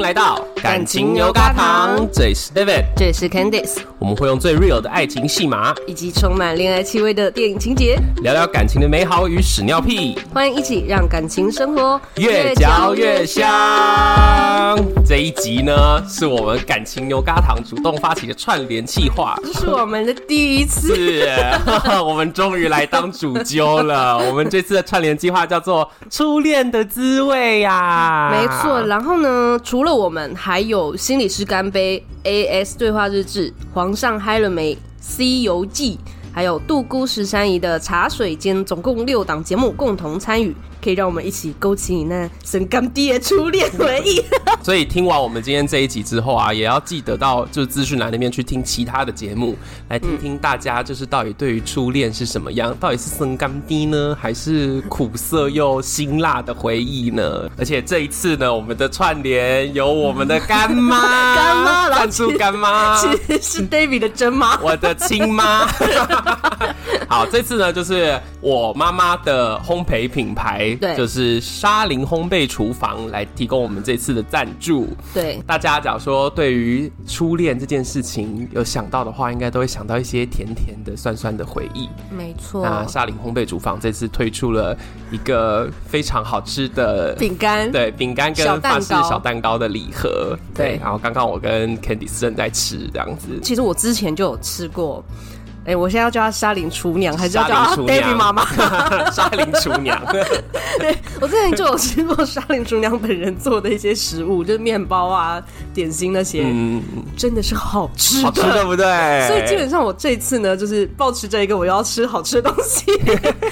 来到感情牛轧糖这里是 David，这也是 Candice，我们会用最 real 的爱情戏码以及充满恋爱气味的电影情节，聊聊感情的美好与屎尿屁，欢迎一起让感情生活越嚼越香。这一集呢，是我们感情牛轧糖主动发起的串联计划。这是我们的第 一次，是，我们终于来当主揪了。我们这次的串联计划叫做《初恋的滋味》呀，没错。然后呢，除了我们，还有心理师干杯、AS 对话日志、皇上嗨了没、C 游记，还有杜姑十三姨的茶水间，总共六档节目共同参与，可以让我们一起勾起你那神干爹初恋回忆。所以听完我们今天这一集之后啊，也要记得到就是资讯栏那边去听其他的节目，来听听大家就是到底对于初恋是什么样，到底是生甘低呢，还是苦涩又辛辣的回忆呢？而且这一次呢，我们的串联有我们的干妈， 干妈赞助干妈， 其实啊是 David 的真妈，我的亲 妈。好，这次呢，就是我妈妈的烘焙品牌，对就是沙林烘焙厨房来提供我们这次的赞助。对，大家假如说对于初恋这件事情有想到的话，应该都会想到一些甜甜的、酸酸的回忆。没错那沙林烘焙厨房这次推出了一个非常好吃的饼干，对，饼干跟小蛋法式糕小蛋糕的礼盒。对然后刚刚我跟 Candice 正在吃这样 子。其实我之前就有吃过。哎、我现在要叫她沙林厨娘，还是要叫沙她林厨娘 Baby 妈 妈？沙林厨 娘，对我之前就有吃过沙林厨娘本人做的一些食物，就是面包啊、点心那些，嗯，真的是好吃好吃哎对不对？所以基本上我这次呢，就是保持着一个我要吃好吃的东 西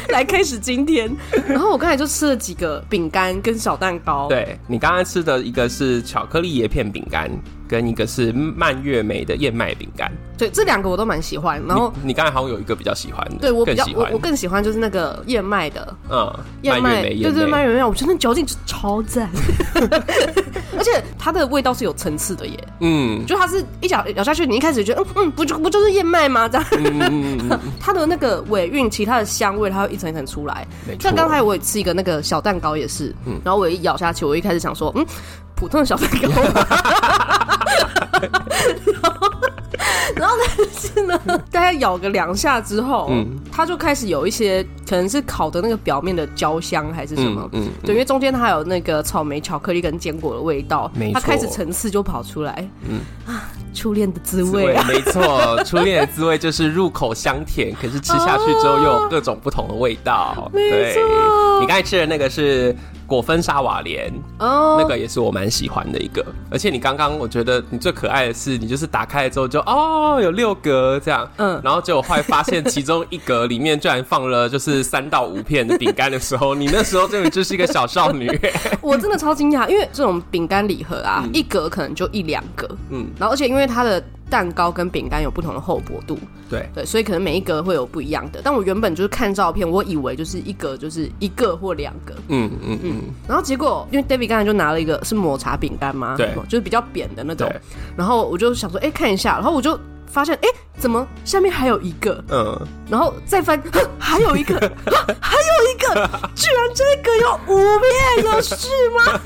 来开始今天。然后我刚才就吃了几个饼干跟小蛋糕，，对你刚刚吃的一个是巧克力叶片饼干，跟一个是蔓越莓的燕麦饼干。对，这两个我都蛮喜欢。然后你你刚才好像有一个比较喜欢的，对我比更较喜我欢，我更喜欢就是那个燕麦的，嗯，燕蔓麦，越莓，对燕对，麦蔓越莓，我觉得那嚼劲就超赞， 而且它的味道是有层次的耶，嗯，就它是一咬咬下去，你一开始觉得嗯嗯，不就不就是燕麦吗？这样，嗯 它的那个尾韵，其他的香味，它会一层一层出来没。错 像刚才我也吃一个那个小蛋糕也是，嗯然后我一咬下去，我一开始想说嗯，普通的小蛋糕 吧。然后然后但是呢，大概咬个两下之后，嗯它就开始有一些可能是烤的那个表面的焦香还是什么，嗯嗯对，因为中间它有那个草莓、巧克力跟坚果的味道没，它错开始层次就跑出来，嗯啊，初恋的滋味啊，没错，初恋的滋味就是入口香甜，可是吃下去之后又有各种不同的味道。哦没对错，你刚才吃的那个是果芬沙瓦莲，哦，那个也是我蛮喜欢的一个。而且你刚刚我觉得你最可爱的是，你就是打开了之后就哦有六格这样，嗯嗯，然后结果后来发现其中一格里面居然放了就是三到五片的饼干的时候，你那时候真的就是一个小少 女。我真的超惊讶，因为这种饼干礼盒啊，一格可能就一两个，嗯嗯，然后而且因为它的蛋糕跟饼干有不同的厚薄度，对，对，所以可能每一格会有不一样的。但我原本就是看照片，我以为就是一格就是一个或两个，嗯嗯嗯，然后结果因为 David 刚才就拿了一个是抹茶饼干吗？对什么就是比较扁的那种对。然后我就想说，哎、看一下，然后我就发现，哎、怎么下面还有一个？嗯，然后再翻，哼还有一个，哼还有一个，居然这个有五面，有事吗？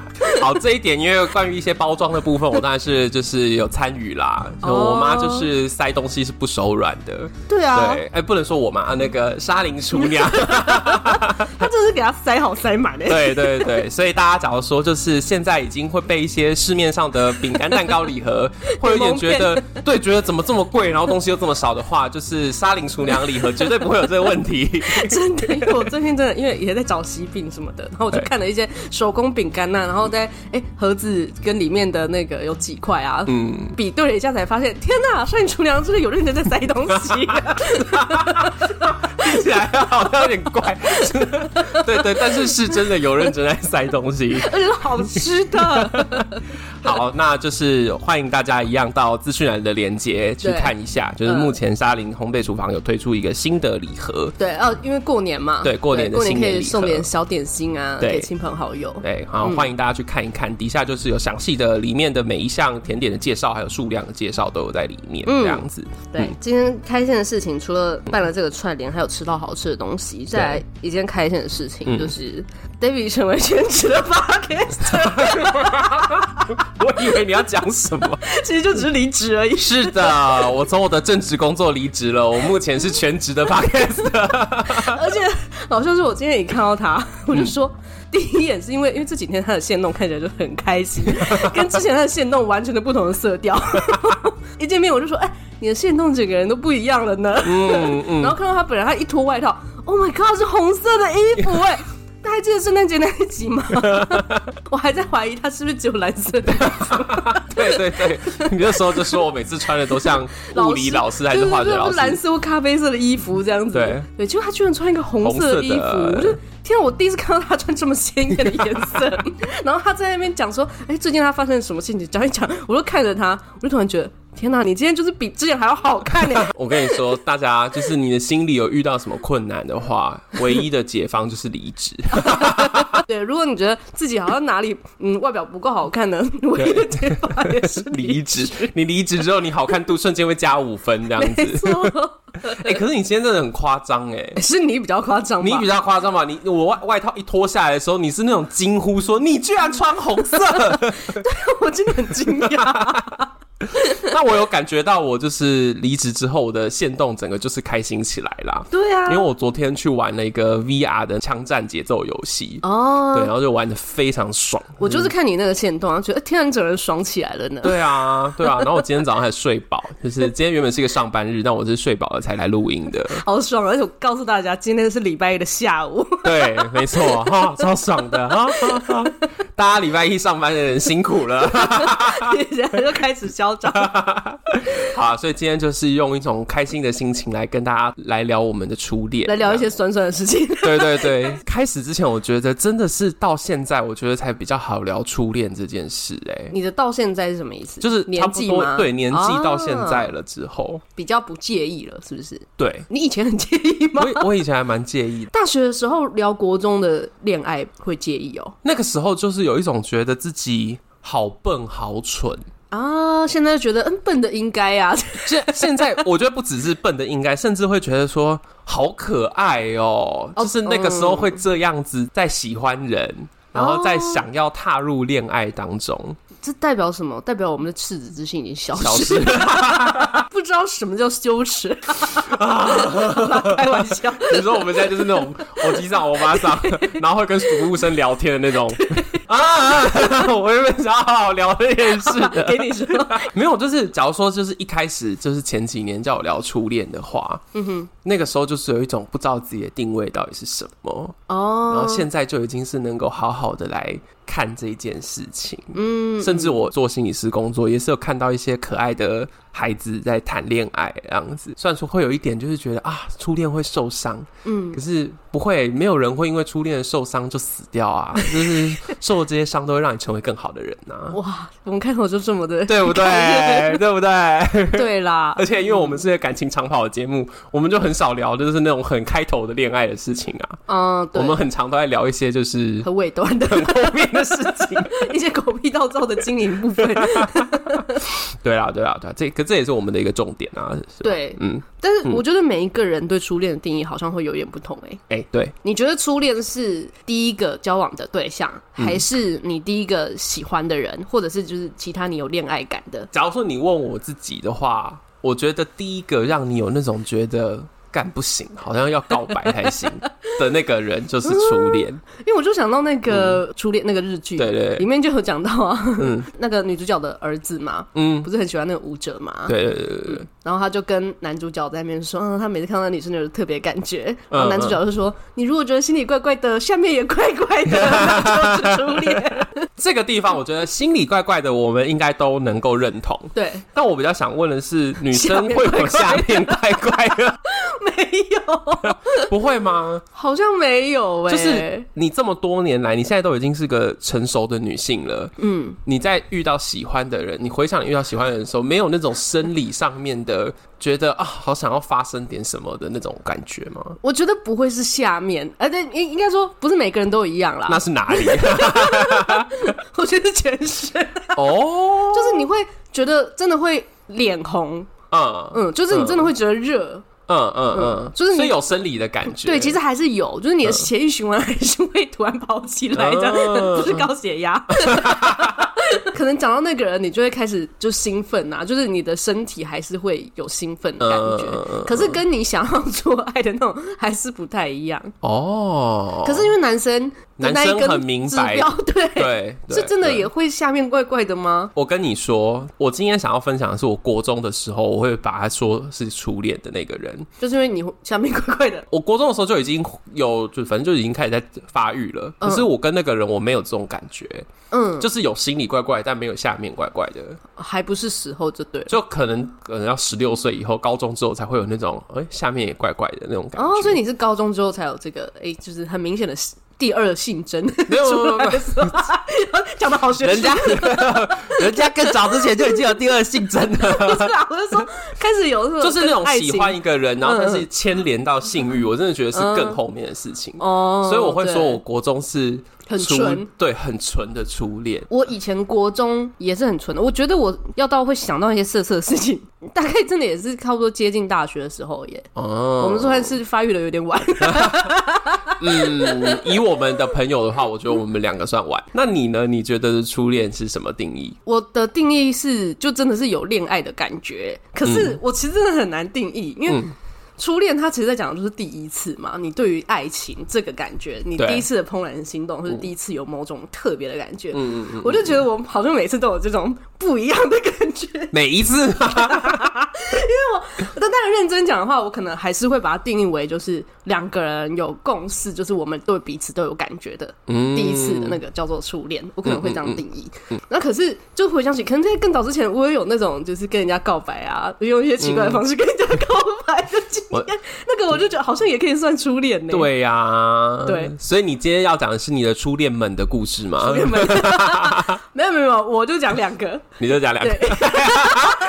好，这一点因为关于一些包装的部分，我当然是就是有参与啦。就我妈就是塞东西是不手软的，对啊，对，哎，不能说我妈，那个沙林厨娘。他真的是给他塞好塞满欸的。对对对，所以大家假如说，就是现在已经会被一些市面上的饼干、蛋糕礼 盒，会有点觉得，对，觉得怎么这么贵，然后东西又这么少的话，就是沙林厨娘礼盒绝对不会有这个问 题。 真的，因为我最近真的因为也在找喜饼什么的，然后我就对看了一些手工饼干呐、然后在哎、盒子跟里面的那个有几块啊，嗯，比对了一下才发现，天呐，少女厨娘真的有认真在塞东 西，听起来好像有点怪， 对对，但是是真的有认真在塞东西。而且是好吃的。好，那就是欢迎大家一样到资讯栏的链接去对看一下，就是嗯目前沙林烘焙厨房有推出一个新的礼盒，对，哦、因为过年嘛，对过年的过年新可年以礼盒送点小点心啊，对给亲朋好友。对，好，欢迎大家去看一看，底下就是有详细的里面的每一项甜点的介绍，还有嗯数量的介绍都有在里面，这样子。 对，今天开心的事情除了办了这个串联，还有有吃到好吃的东西。再来一件开心的事嗯情就是、David 成为全职的 podcast，我以为你要讲什 么。其实就只是离职而已。是的，我从我的正职工作离职了，我目前是全 职的 podcast。而且好像是我今天也看到他， 我就说。第一眼是因为，因为这几天他的线动看起来就很开 心，跟之前他的线动完全的不同的色调。 一见面我就说：“哎、你的线动整个人都不一样了呢。嗯嗯，然后看到他本人，他一脱外套，Oh my god，是红色的衣服 哎、大家还记得圣诞节那一集 吗？我还在怀疑他是不是只有蓝色的衣服，对对对，你那时候就说我每次穿的都像物理老师还是化学对对老对师，蓝色或咖啡色的衣服这样子。对对，结果他居然穿一个红色的衣服，红色的我就天啊，我第一次看到他穿这么鲜艳的颜 色。然后他在那边讲说，哎，最近他发生了什么事情？讲一讲，我就看着他，我就突然觉得。天啊呐，你今天就是比之前还要好 看呢！我跟你说，大家就是你的心里有遇到什么困难的话，唯一的解放就是离职。啊对，如果你觉得自己好像哪里嗯外表不够好看呢，唯一的解法也是 离职，你离职之后，你好看度瞬间会加五分这样 没子。错，哎、可是你今天真的很夸张哎，是你比较夸张吧？你比较夸张吧？你我外外套一脱下来的时候，你是那种惊呼说：“你居然穿红色！” 我真的很惊 讶。那我有感觉到，我就是离职之后，我的线动整个就是开心起来啦。对啊因为我昨天去玩了一个 VR 的枪战节奏游戏，对，哦，然后就玩的非常爽。我就是看你那个线动，然后觉得天啊，你整个人爽起来了呢。对啊，对啊，然后我今天早上还睡饱， 就是今天原本是一个上班日，但我是睡饱了才来录音的。好爽！而且我告诉大家，今天是礼拜一的下 午，对，没错，哈、超爽的哈、哈哈大家礼拜一上班的人辛苦了，然后就开始嚣 张。好啊、所以今天就是用一种开心的心情来跟大家来聊我们的初恋，来聊一些酸酸的事情。对对对，开始之前我觉得真的是到现在，我觉得才比较好聊初恋这件事、哎，你的到现在是什么意思？就是差年不纪多吗？对年纪到现在啊了之后，比较不介意了，是不是？对你以前很介意吗？我我以前还蛮介意的，大学的时候聊国中的恋爱会介意哦。那个时候就是有一种觉得自己好笨好蠢。啊，现在就觉得嗯笨的应该啊， 现现在我觉得不只是笨的，应该甚至会觉得说好可爱哦、哦就是那个时候会这样子在喜欢人，然后在想要踏入恋爱当中，这代表什么？代表我们的赤子之心已经消小失事了， 不知道什么叫羞耻。 好啦开玩笑，你说我们现在就是那种我机上我妈上，然后会跟服务生聊天的那种啊 啊，啊我原本想好好聊这件事 的，给你 说，没有，就是假如说就是一开始就是前几年叫我聊初恋的话，嗯哼，那个时候就是有一种不知道自己的定位到底是什么，然后哦，现在就已经是能够好好的来看这件事情，嗯，甚至我做心理师工作也是有看到一些可爱的孩子在谈恋爱这样子，虽然说会有一点就是觉得啊，初恋会受伤，嗯，可是不会，没有人会因为初恋受伤就死掉啊，就是 受了这些伤都会让你成为更好的人呐、啊哇，我们开头就这么的，对不对？对不对？ 对啊啦 而，且因为我们是一个感情长跑的节目，我们就很少聊就是那种很开头的恋爱的事情啊，嗯，对我，们很常都在聊一些就是 很尾端的 很后面的事情。一些狗屁倒灶的经营部 分，啊对啦，对啦，对啦，这可这也是我们的一个重点啊。是吧，对。嗯，但是我觉得每一个人对初恋的定义好像会有点不同诶、欸哎、对，你觉得初恋是第一个交往的对象，还是你第一个喜欢的人，或者是就是其他你有恋爱感的？假如说你问我自己的话，我觉得第一个让你有那种觉得干不行，好像要告白才 行的那个人就是初恋。因为我就想到那个初恋那个日剧，嗯对对里面就有讲到啊，嗯 那个女主角的儿子嘛，嗯，不是很喜欢那个舞者嘛，对对对对对，然后他就跟男主角在那边说，嗯，他每次看到女生就有特别感觉，嗯然后男主角就说，你如果觉得心里怪怪的，下面也怪怪的， 那就是初 恋，这个地方我觉得心里怪怪的，我们应该都能够认同。对，但我比较想问的是，女生会有下面怪怪的， 没有，不会吗？好像没有哎、就是你这么多年来，你现在都已经是个成熟的女性了，嗯，你在遇到喜欢的人，你回想你遇到喜欢的人的时候，没有那种生理上面的觉得啊，好想要发生点什么的那种感觉吗？我觉得不会是下面，而且应应该说不是每个人都一样啦那。是哪里？ 我觉得是全身，哦，就是你会觉得真的会脸红，嗯嗯，就是你真的会觉得热，嗯嗯嗯，就是你所以有生理的感觉。对，其实还是有，就是你的血液循环还是会突然跑起来的，嗯 不是高血压。可能讲到那个人，你就会开始就兴奋啊，就是你的身体还是会有兴奋的感觉，嗯嗯嗯嗯可是跟你想要做爱的那种还是不太一样。哦，可是因为男生的那一男生根很明指白标，对，对，对哎是真的对也会下面怪怪的吗？我跟你说，我今天想要分享的是，我国中的时候，我会把他说是初恋的那个人。就是因为你下面怪怪的，我国中的时候就已经有，就反正就已经开始在发育了。可是我跟那个人，我没有这种感觉，嗯，就是有心里怪怪，但没有下面怪怪的。还不是时候就对了。就可能可能要十六岁以后，高中之后才会有那种，哎、下面也怪怪的那种感觉。哦，所以你是高中之后才有这个，哎、就是很明显的第二性征 没有出来的时候， 讲的好学人术家人家 更早之前就已经有第二性征了。不是 啦，我是说开始有这 种就是那种跟爱喜情欢一个人，然后嗯但是牵连到性欲，我真的觉得是更后面的事情。哦，嗯所以我会说，对我国中是很初纯，对，很纯的初恋。我以前国中也是很纯的，我觉得我要到会想到一些色色的事情， 大概真的也是差不多接近大学的时候耶。哦，我们算是发育的有点晚，嗯， 以我们的朋友的话，我觉得我们两个算晚。那你呢？你觉得初恋是什么定义？我的定义是就真的是有恋爱的感觉，可嗯是我其实真的很难定义，因为。初恋，它其实在讲的就是第一次嘛。你对于爱情这个感觉，你对第一次的怦然心动，或者第一次有某种特别的感觉，嗯嗯嗯，我就觉得我好像每次都有这种不一样的感觉。每一 次啊但当然认真讲的话，我可能还是会把它定义为就是两个人有共识，就是我们对彼此都有感觉的、嗯第一次的那个叫做初恋，我可能会这样定义。那可是就回想起，可能在更早之前，我也有那种就是跟人家告白啊，用一些奇怪的方式跟人家告白的经我验，那个我就觉得好像也可以算初恋呢、嗯对呀、对所以你今天要讲的是你的初恋们的故事吗？初恋们没有没有没有，我就讲两个。 你就讲两个，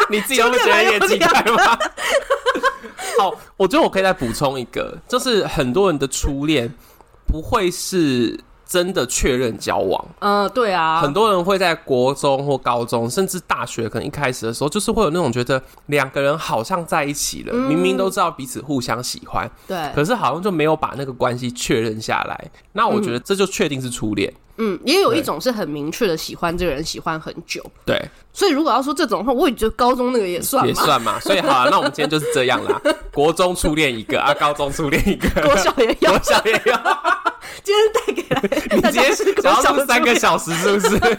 你自己都不觉得有点奇怪吗？好，我觉得我可以再补充一个，就是很多人的初恋不会是真的确认交往，嗯、对啊，很多人会在国中或高中，甚至大学，可能一开始的时候，就是会有那种觉得两个人好像在一起了，明明都知道彼此互相喜欢，嗯对，可是好像就没有把那个关系确认下来。那我觉得这就确定是初恋，嗯，也有一对种是很明确的喜欢这个人，喜欢很久。对，所以如果要说这种的话，我也觉得高中那个也算也嘛，算 嘛。所以好、啊，那我们今天就是这样啦，国中初恋一个啊，高中初恋一个， 国小也有国。小也有。今天带给你大今家天是国想小要的录三个小时是不是？ 初恋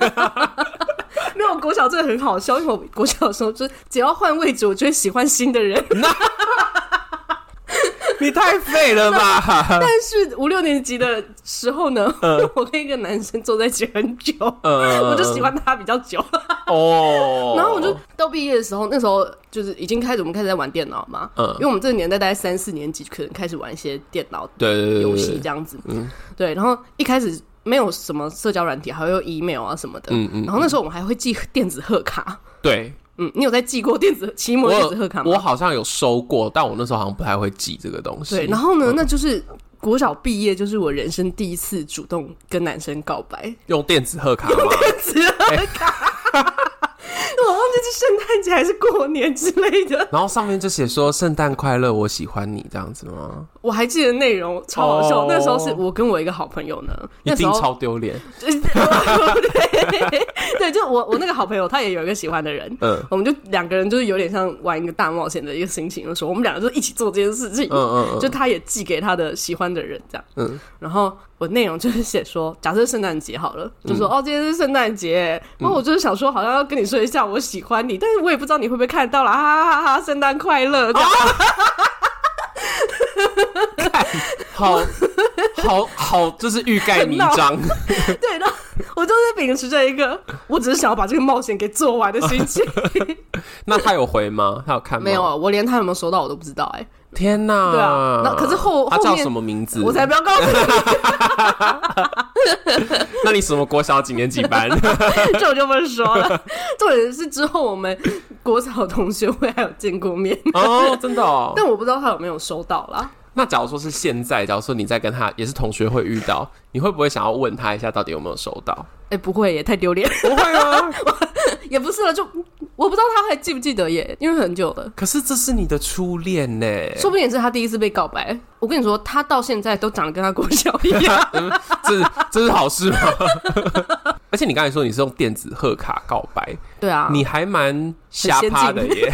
没有国小这个很好笑，因为我国小的时候就是只要换位置，我就会喜欢新的人。嗯你太废了吧！但是五六年级的时候呢， 我跟一个男生坐在一起很久，嗯 我就喜欢他比较久。哦。然后我就到毕业的时候，那时候就是已经开始我们开始在玩电脑嘛，嗯因为我们这个年代大概三四年级可能开始玩一些电脑对对对游对戏对这样子。嗯对，然后一开始没有什么社交软体，还会用 email 啊什么的。嗯嗯然后那时候我们还会寄电子贺卡。对，嗯，你有在寄过电子期末电子贺卡吗？我好像有收过，但我那时候好像不太会记这个东西。对，然后呢，那就是国小毕业，就是我人生第一次主动跟男生告白， 用电子贺卡 吗？只贺卡。 我忘记是圣诞节还是过年之类的，然后上面就写说“圣诞快乐，我喜欢你”这样子吗？我还记得内容超好笑。哦那时候是我跟我一个好朋友呢，一 那时定候超丢脸。 对 对，就我我那个好朋友，他也有一个喜欢的人，嗯我们就两个人就是有点像玩一个大冒险的一个心情，就说我们两个就一起做这件事情，嗯嗯嗯，就他也寄给他的喜欢的人这样。嗯然后我内容就是写说，假设圣诞节好了，就说、哦今天是圣诞节，然后我就是想说好像要跟你说一下我喜欢你，但是我也不知道你会不会看到啦，哈哈哈哈，圣诞快乐这样。好好好，就是欲盖弥彰。 对，然后我就是秉持着一个我只是想要把这个冒险给做完的心情。 那他有回吗？他有看吗？ 没有，。啊我连他有没有收到我都不知道哎、天哪！对啊那可是后他后叫面什么名字？我才不要告诉你，那你什么国小几年级 班？这 我就不说了。重点是之后我们国小同学会还有见过面，哦，真的哦。但我不知道他有没有收到啦。那假如说是现在，假如说你在跟他也是同学会遇到，你会不会想要问他一下到底有没有收到？哎、不会也太丢脸，不会啊，也不是了，就我不知道他还记不记得耶，因为很久了。可是这是你的初恋呢、说不定也是他第一次被告白。我跟你说，他到现在都长得跟他国小 一样。嗯，这这是好事吗？ 而且你刚才说你是用电子贺卡告白，对啊，你还蛮瞎趴的耶！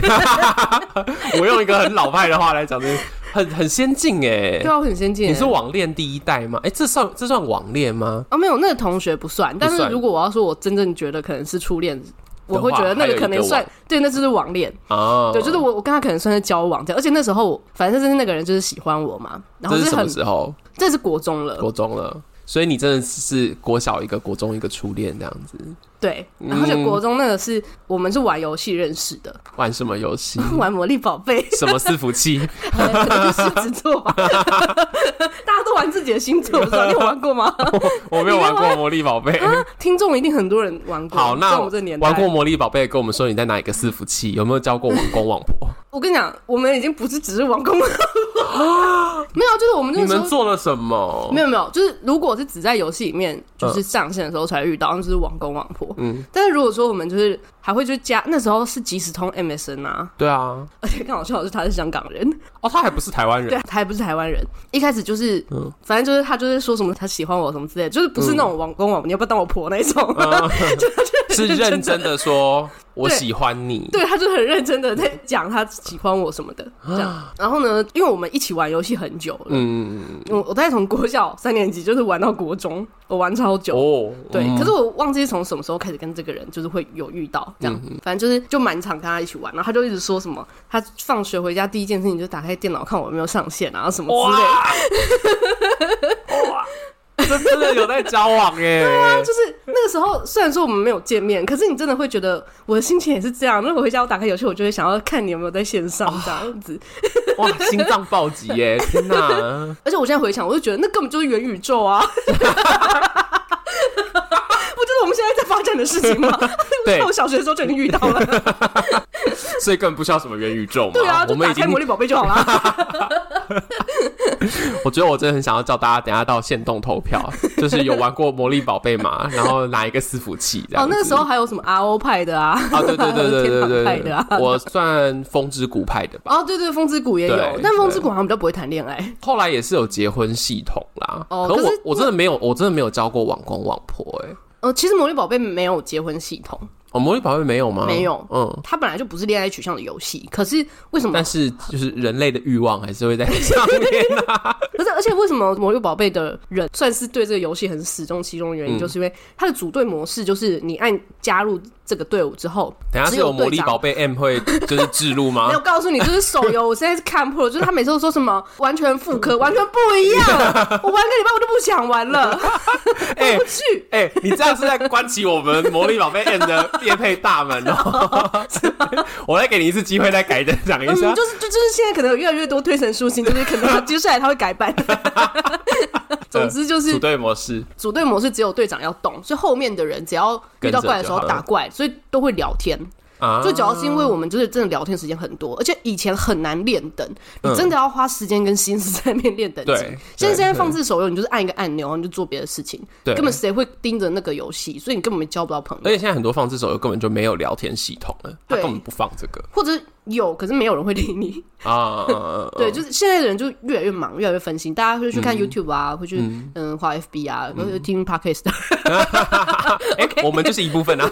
我用一个很老派的话来讲，就是很很先进哎对。啊，我很先进耶。你是网恋第一代吗？哎、这算这算网恋吗？啊，没有，那个同学不算。但是算如果我要说，我真正觉得可能是初恋，我的会话觉得那还有个一可能个算网对，那就是网恋。哦，对，就是我我跟他可能算是交往这样。而且那时候我，反正就是那个人就是喜欢我嘛，然后这是什很呃么时候？这是国中了，国中了，所以你真的是国小一个，国中一个初恋这样子。对，然后而且嗯国中那个是我们是玩游戏认识的，玩什么游戏？ 玩魔力宝贝，什么伺服器？可能是狮子座 吧，大家都玩自己的星座，不知道你有玩过 吗？我没有玩过魔力宝 贝。啊听众一定很多人玩过，好，啊在那我们这个年代玩过魔力宝贝，跟我们说你在哪一个伺服器？有没有教过王公 王婆？我跟你讲，我们已经不是只是玩公关，没有，就是我们你那时们候做了什么？没有没有，就是如果是只在游戏里面就是上线的时候才遇到，那就是网公网婆。嗯嗯，但是如果说我们就是还会去加，那时候是即时通 MSN 啊，对啊，而且更好笑的是他是香港人，哦，他还不是台湾对人，他也不是台湾人。一开始就是，嗯反正就是他就是说什么他喜欢我什么之类的，就是不是那种网公网婆，你要不要当我婆那一种，是认真的说我喜欢你。 对，他就很认真的在讲他喜欢我什么的这样。然后呢，因为我们一起玩游戏很久了，啊嗯，我我大概从国小三年级就是玩到国中，我玩超久。哦，对，嗯可是我忘记是从什么时候开始跟这个人就是会有遇到这样，嗯反正就是就蛮常跟他一起玩，然后他就一直说什么，他放学回家第一件事情就打开电脑看我有没有上线啊什么之类的，哇，哇， 这真的有在交往 耶！就是那个时候虽然说我们没有见面，可是你真的会觉得我的心情也是这样。如果回家我打开游戏，我就会想要看你有没有在线上啊这样子。哇，心脏暴击耶！天 哪，而且我现在回想，我就觉得那根本就是元宇宙啊！ 不就是我们现在在发展的事情吗？ 对那我小学的时候就已经遇到 了。所以根本不需要什么元宇宙嘛。对啊，我就们打已经开，魔力宝贝就 好了。我觉得我真的很想要叫大家等一下到线动投票，就是有玩过魔力宝贝嘛，然后哪一个伺服器这样哦，子。那个时候还有什么 RO 派的啊？啊，对对对对对对天堂派对的啊。我算风之谷派的吧。哦，对对，风之谷也有对，但风之谷好像比较不会谈恋爱。后来也是有结婚系统啦，哦可可我是我真的没有，我真的没有交过网公网婆哎、欸，呃，其实魔力宝贝没有结婚系统，哦，魔力宝贝没有吗？没有嗯，它本来就不是恋爱取向的游戏。可是为什么但是就是人类的欲望还是会在上面 啊。不是，而且为什么《魔力宝贝》的人算是对这个游戏很始终其中的原因，就是因为它的组队模式就是你按加入这个队伍之后，等一下只是有魔队力长宝。贝 M 会就是置入吗没有？告诉你，就是手 游，我现在是看破了，就是他每次都说什么完全复刻，完全不一 样。我玩个礼拜我就不想玩了，哎不去哎、你这样是在关起我们魔力宝贝 M 的业配大门哦、 我再给你一次机会，再改正讲一嗯，下。就是就就是现在可能有越来越多推陈出 新，就是可能他接下来他会改版。总之就组是队模式，组队模式只有队长要动，所以后面的人只要遇到怪的时候跟着就好了打怪，所以都会聊天。啊，最主要是因为我们就是真的聊天时间很多，而且以前很难练等，你嗯真的要花时间跟心思在那边练等级对。现在对现在放置手游，你就是按一个按钮，然后你就做别的事情，对哎根本谁会盯着那个游戏，所以你根本没交不到朋而友，且现在很多放置手游根本就没有聊天系统了，他对根本不放这个或者是有，可是没有人会理你。啊啊。啊啊啊对，就是现在的人就越来越忙，越来越分心，大家会去看 YouTube 啊，会去嗯画 FB 啊，然后就听 Podcast。 哎、我们就是一部分啊。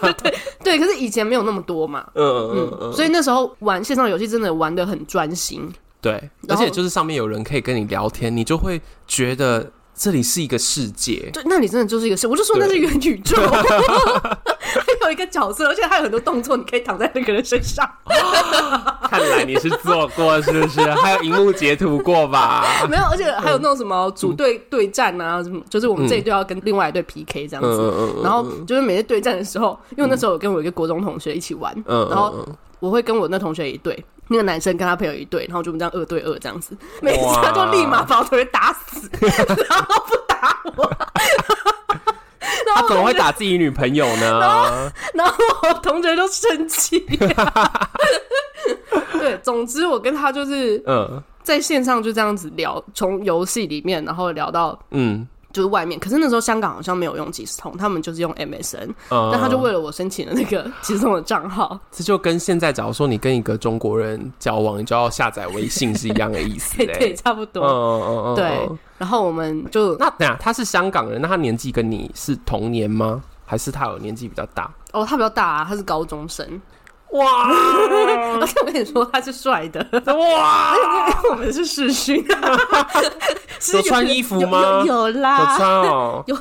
对，可是以前没有那么多嘛，嗯嗯嗯，所以那时候玩线上游戏真的玩的很专心。对，而然后且就是上面有人可以跟你聊天，你就会觉得这里是一个世界。对，那你真的就是一个事，我就说那是元宇宙， 还有一个角色，而且还有很多动作，你可以躺在那个人身上。看来你是做过是 不是？还有荧幕截图过吧？没有，而且还有那种什么组队对战啊，什么就是我们这一队要跟另外一队 PK 这样嗯子。嗯嗯然后就是每次对战的时候，因为那时候我跟我一个国中同学一起玩，嗯，然后我会跟我那同学一队，那个男生跟他朋友一队，然后我就这样二对二这样子，每次他都立马把我同学打 死，然后不打我，然他后我怎么同会学打自己女朋友呢？然后我同学就 生气、对，总之我跟他就是嗯在线上就这样子聊，从游戏里面，然后聊到嗯，就是外面。可是那时候香港好像没有用即时通，他们就是用 MSN，嗯那他就为了我申请了那个即时通的账号。这就跟现在假如说你跟一个中国人交往，你就要下载微信是一样的意思、对欸。对，差不嗯多。嗯嗯嗯，对嗯，然后我们就那等下他是香港人，那他年纪跟你是同年吗？还是他有年纪比较大？哦，他比较大、啊，他是高中生，哇而且我跟你说他是帅的，哇！我们是视讯，是有穿衣服吗有有有有啦，穿哦，有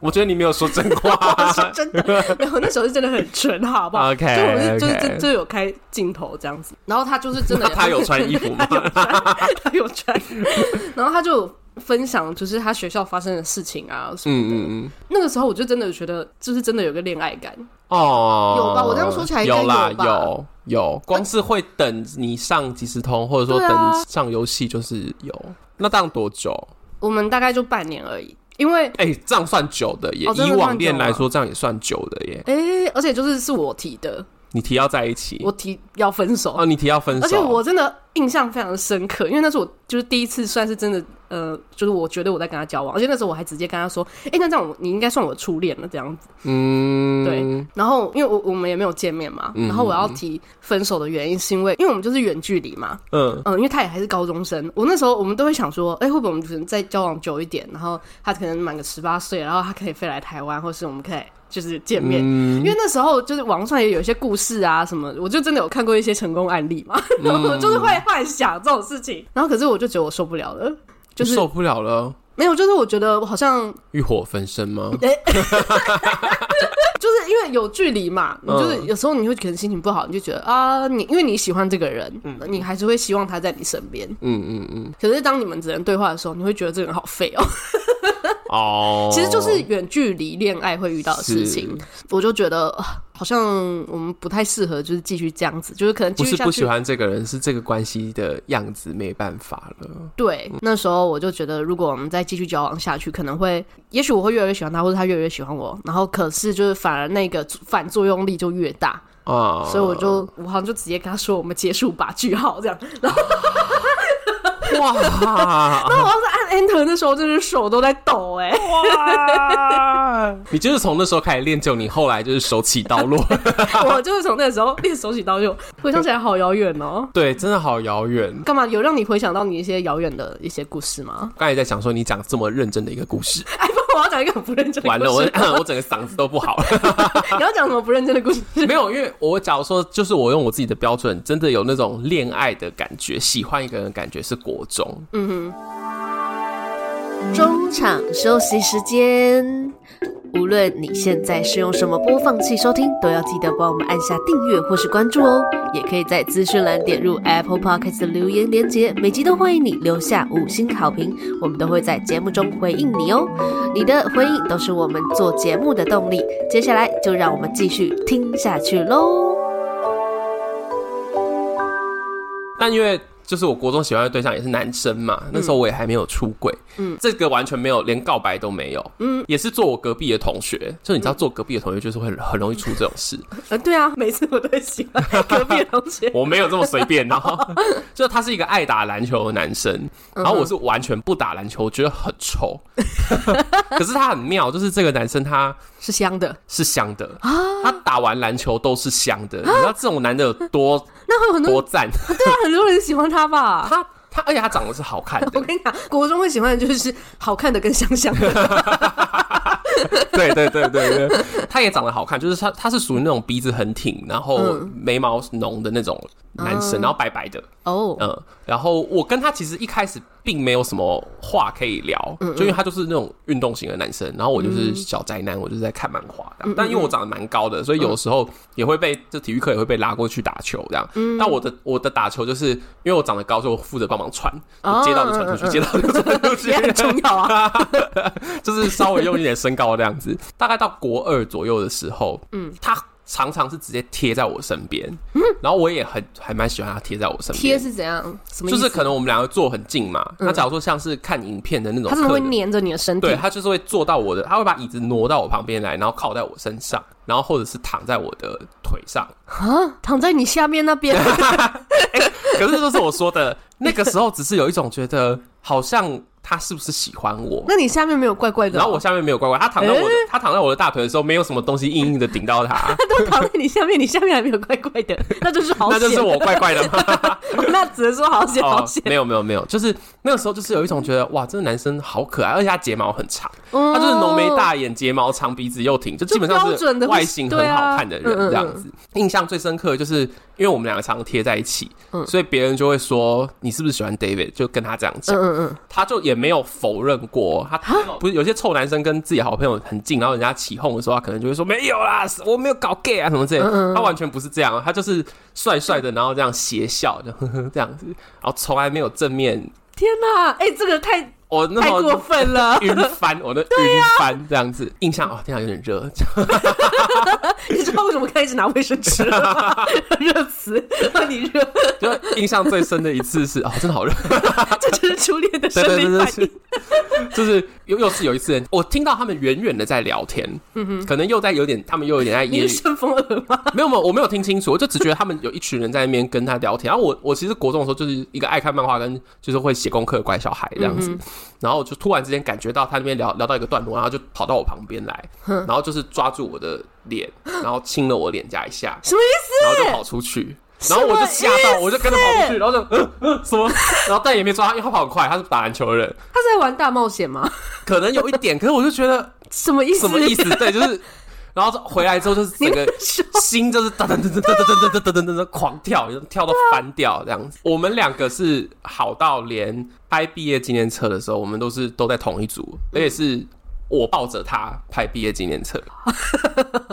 我觉得你没有说真我话。是真的，没有那时候是真的很纯，好不好 OK，就我们是就是 OK 真就有开镜头这样子，然后他就是真那的，他有穿衣服吗？ 他有穿，然后他就有分享就是他学校发生的事情啊什么的。嗯嗯嗯，那个时候我就真的觉得，就是真的有个恋爱感，哦，有吧我这样说起来应该有啦有，吧有有，光是会等你上即时通，或者说对啊等上游戏，就是有。那这样多久？我们大概就半年而已，因为哎、这样算久的耶，哦真以的网算恋久啊来说，这样也算久的耶。哎、而且就是是我提的，你提要在一起，我提要分手，哦，你提要分手，而且我真的印象非常深刻，因为那是我就是第一次算是真的，呃，就是我觉得我在跟他交往，而且那时候我还直接跟他说，哎、那这样我你应该算我初恋了这样子。嗯，对，然后因为我我们也没有见面嘛，嗯然后我要提分手的原因是因为，因为我们就是远距离嘛，嗯嗯，因为他也还是高中生，我那时候我们都会想说，哎、会不会我们可能再交往久一点，然后他可能满个十八岁，然后他可以飞来台湾，或是我们可以就是见面。因嗯，为那时候就是网上也有一些故事啊什么，我就真的有看过一些成功案例嘛，然嗯后我 就是会幻想这种事情，然后可是我就觉得我受不了了，就是受不了了，没有，就是我觉得我好像欲火焚身吗？ 就是因为有距离嘛，你嗯就是有时候你会可能心情不好，你就觉得啊，你因为你喜欢这个人，你还是会希望他在你身边，嗯嗯嗯，可是当你们只能对话的时候，你会觉得这个人好废哦，哦，其实就是远距离恋爱会遇到的事情，我就觉得啊好像我们不太适合，就是继续这样子，就是可能继不续是下不去喜欢这个人，是这个关系的样子没办法了。对，那时候我就觉得，如果我们再继续交往下去，可能会，也许我会越来越喜欢他，或者他越来越喜欢我。然后，可是就是反而那个反作用力就越大，啊，所以我就我好像就直接跟他说，我们结束吧，句号这样。哇然后我要是按 enter 那时候，就是手都在抖哎、哇！你就是从那时候开始练就，你后来就是手起刀 落， 我就是从那时候练手起刀就，回想起来好遥远哦。对，真的好遥远。干嘛有让你回想到你一些遥远的一些故事吗？ 刚才在讲说你讲这么认真的一个故 事，哎，不，我要讲一个很不认真的故事。完了我 我整个嗓子都不 好了。你要讲什么不认真的故事？ 没有，因为我假如说，就是我用我自己的标准，真的有那种恋爱的感觉，喜欢一个人的感觉是国中。中场休息时间。无论你现在是用什么播放器收听，都要记得帮我们按下订阅或是关注哦。也可以在资讯栏点入 Apple Podcast 的留言连接，每集都欢迎你留下五星好评，我们都会在节目中回应你哦。你的回应都是我们做节目的动力。接下来就让我们继续听下去喽。但因为就是我国中喜欢的对象也是男生嘛，那时候我也还没有出轨，嗯，这个完全没有，连告白都没有，嗯，也是做我隔壁的同学，就你知道做隔壁的同学就是会很很容易出这种事，呃，对啊，每次我都会喜欢隔壁的同学。 我没有这么随便，然 后就他是一个爱打篮球的男生，然后我是完全不打篮球，我觉得很 臭，可是他很妙，就是这个男生他是香的，是香的，他打完篮球都是香的，你知道这种男的有多那会有很多多赞，对啊，很多人喜欢他吧？他他而且他长得是好看我的，跟你讲，国中会喜欢的就是好看的跟香香的， 对对对对对，他也长得好看，就是他他是属于那种鼻子很挺，然后眉毛浓的那种男生，然后白白的， 哦，嗯，然后我跟他其实一开始并没有什么话可以聊，嗯就因为他就是那种运动型的男生，然后我就是小宅男，我就是在看漫画嗯这样。但因为我长得蛮高的，所以有时候也会被就体育课也会被拉过去打球这样。嗯但我的我的打球就是因为我长得高，所以我负责帮忙传，哦接到就传出去，接到就传出去， 也很重要啊。 就是稍微用一点身高这样子。大概到国二左右的时候，嗯，他常常是直接贴在我身边，然后我也很还蛮喜欢他贴在我身边嗯贴。是怎样？什么意就思？是嗯可能我们两个坐很近嘛，那假如说像是看影片的那种他客真人，的会黏着你的身体啊对，他就是会坐到我的，他会把椅子挪到我旁边来，然后靠在我身上，然后或者是躺在我的腿上。 哎啊，躺在你下面那边，可是就是我说的，那个时候只是有一种觉得好像他是不是喜欢我。 那你下面没有怪怪的哦、然后我下面没有乖乖，他躺在我的、欸他躺在我的大腿的时候，没有什么东西硬硬的顶到他，他都躺在你下面，你下面还没有怪怪 的，那就是 好那险。就是我怪怪的吗？ 哦那只能说好险好险。没有没有没有，就是那个时候就是有一种觉得哇，这个男生好可爱，而且他睫毛很长，嗯他就是浓眉大眼，睫毛长，鼻子又挺，就基本上哦标准是的外形很对啊好看的人嗯嗯这样子。印象最深刻的就是因为我们两个常贴在一起，嗯所以别人就会说你是不是喜欢 David，就跟他这样讲嗯。嗯他就也没有否认过，他不是有些臭男生跟自己好朋友很近，然后人家起哄的时候，他可能就会说没有啦，我没有搞 gay 啊什么之类嗯的。他完全不是这样，他就是帅帅的，然后这样邪笑，就呵呵这样子，然后从来没有正面。嗯，天哪，哎、这个太我那太过么，分了 晕翻，我的晕啊翻这样子，印象哦，天啊，有点热， 你知道为什么开始拿卫生纸了 吗？热死，让你热，就印象最深的一次是哦，真的好 热，这就是初恋的对生对理对对反应是。， 就是又又是有一次，我听到他们远远的在聊天，嗯哼，可能又在有点，他们又有点在 你揶是揄顺风耳吗？没有没有，我没有听清楚，我就只觉得他们有一群人在那边跟他聊天。然后我我其实国中的时候就是一个爱看漫画跟就是会写功课的乖小孩这样嗯子，然后我就突然之间感觉到他那边聊聊到一个段落，然后就跑到我旁边来，然后就是抓住我的脸，然后亲了我脸颊一下，什么意思？然后就跑出去。然后我就吓到，我就跟着跑出去，然后就嗯嗯什么，然后但也没抓他，因为他跑很快，他是打篮球的人，他是在玩大冒险吗？可能有一点，可是我就觉得什么意思？什么意思？对，就是，然后回来之后就是整个手心就是噔噔噔噔噔噔噔噔噔噔噔狂跳，跳啊到翻掉这样子。我们两个是好到连拍毕业纪念册的时候，我们都是都在同一组，而且是我抱着他拍毕业纪念 册，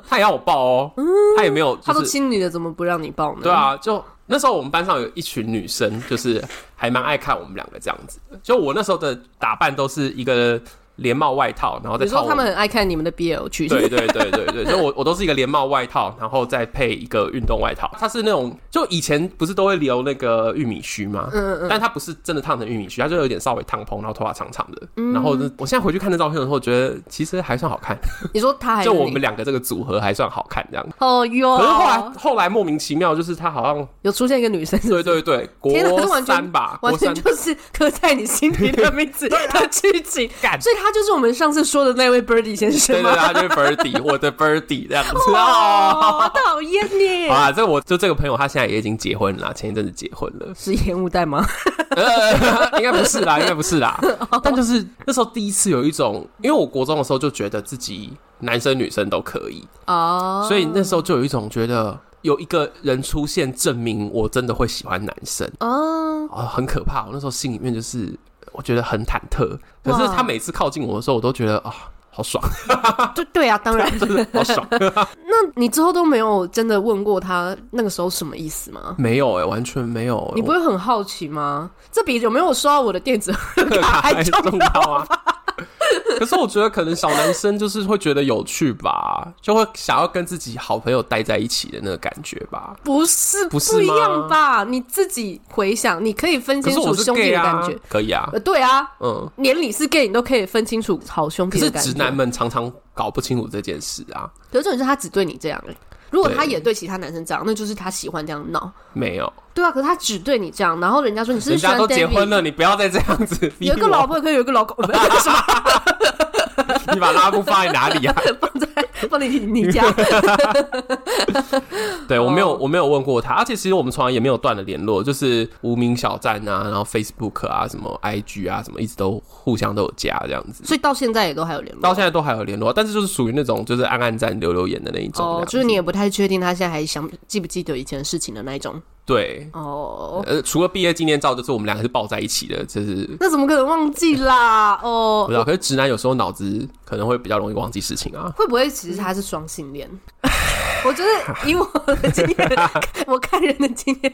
他也要我抱哦，他也没有，他都就是亲你了，怎么不让你抱呢？对，啊，就那时候我们班上有一群女生，就是还蛮爱看我们两个这样子的。就我那时候的打扮都是一个连帽外套，然后再你套说我他们很爱看你们的 BL 剧，对对对对对，所以我我都是一个连帽外套，然后再配一个运动外套。它是那种，就以前不是都会留那个玉米须吗？嗯嗯但它不是真的烫成玉米须，它就有点稍微烫蓬，然后头发长长的。嗯然后呢我现在回去看那照片的时候，觉得其实还算好看， 你说他还是就我你们两个这个组合还算好看这样。哦哟，可是后来后来莫名其妙，就是他好像有出现一个女生， 对对对，国天哪这完全三吧，国 完三全就是刻在你心底的名 字的剧情，啊干所以他就是我们上次说的那位 Birdy 先生对吗对，？他就是 Birdy，我的 Birdy 这样 子 哦，哦。讨厌好你，啦，这我就这个朋友，他现在也已经结婚了啦，前一阵子结婚了。 是烟雾弹吗？呃，应该不是啦，应该不 是啦。但就是那时候第一次有一种，因为我国中的时候就觉得自己男生女生都可以，哦，所以那时候就有一种觉得有一个人出现证明我真的会喜欢男生哦，啊、很可怕。我那时候心里面就是我觉得很忐忑，可是哇他每次靠近我的时候，我都觉得啊、好爽，对对啊，当 然。 真的好爽。那你之后都没有真的问过他那个时候什么意思吗？没有哎、完全没有、你不会很好奇吗？这比有没有收到我的电子贺我卡还重要。要啊？ 可是我觉得可能小男生就是会觉得有趣吧，就会想要跟自己好朋友待在一起的那个感觉吧。不是不是一吗样吧？你自己回想，你可以分可清是楚我是兄弟 gay 的感啊觉。，可以啊，呃，对啊，嗯。连你是 gay，你都可以分清楚好兄可弟是的感觉。直男，们常常搞不清楚这件事啊，可是重点是他只对你这样、欸。如果他对也对其他男生这样，那 就是他喜欢这样闹。没有，对啊，可是他只对你这样，然后人家说你是不人是喜欢家 David, 都结婚了，你不要再这样子。有一个老婆可以有一 个老公，不是什么你把拉布放在哪里啊？放在放在你你家，对我没有，哦我没有问过他，而且其实我们从来也没有断了联络，就是无名小站啊，然后 Facebook 啊，什么 IG 啊，什么一直都互相都有加这样子。所以到现在也都还有联 络。到现在都还有联络，但是就是属于那种就是暗暗赞留留言的那一种这样哦子。，就是你也不太确定他现在还想记不记得以前的事情的那一种。对，哦，呃，除了毕业纪念照，就是我们两个是抱在一起的，就是那怎么可能忘记啦？哦不知，道。可是直男有时候脑子可能会比较容易忘记事情啊。会不会其实他是双性恋？ 我觉得以我的经验，我看人的经验，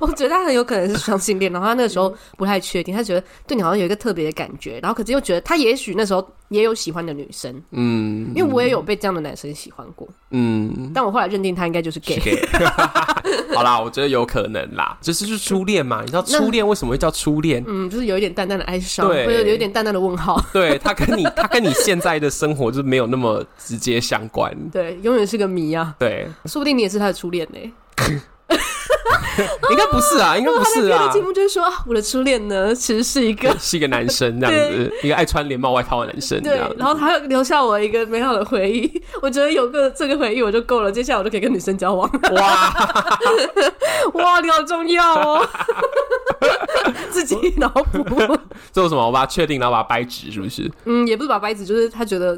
我觉得他很有可能是双性恋。然后他那个时候不太确定，他觉得对你好像有一个特别的感觉，然后可是又觉得他也许那时候也有喜欢的女生，嗯因为我也有被这样的男生喜欢过，嗯。但我后来认定他应该就是 gay。给， 好啦，我觉得有可能啦，就是就是初恋嘛，你知道那初恋为什么会叫初恋？嗯，就是有一点淡淡的哀伤，或对者有一点淡淡的问 号，对，它跟你它跟你现在的生活就是没有那么直接相关。对，永远是个谜啊！对，说不定你也是他的初恋呢、应该不是啊，应该不是他的啊题，目就是说，啊我的初恋呢，其实是一个是一个男生这样子，一个爱穿连帽外套的男生对这样，。然后他留下我一个美好的回忆。 我觉得有个这个回忆我就够了，接下来我就可以跟女生交往。 哇，哇，你好重要哦， 自己脑 补。这有什么？我把它确定，然后把它掰直，是不是？嗯，也不是把白纸，就是他觉得，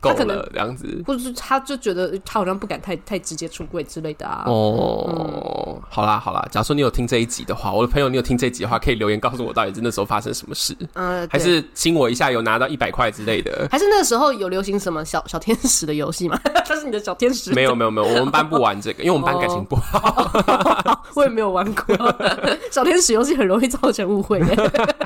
够可能了，这样子。或者是他就觉得他好像不敢太太直接出柜之类的啊。哦，好啦好啦，假如说你有听这一集的话，我的朋友你有听这一集的话，可以留言告诉我到底是那时候发生什么事，呃，对。还是亲我一下有拿到一百块之类的还是那个时候有流行什么小小天使的游戏吗？ 他是你的小天使，没有没有没有，我们班不玩这个，因为我们班感情不好。 我也没有玩过。小天使游戏很容易造成误会 耶。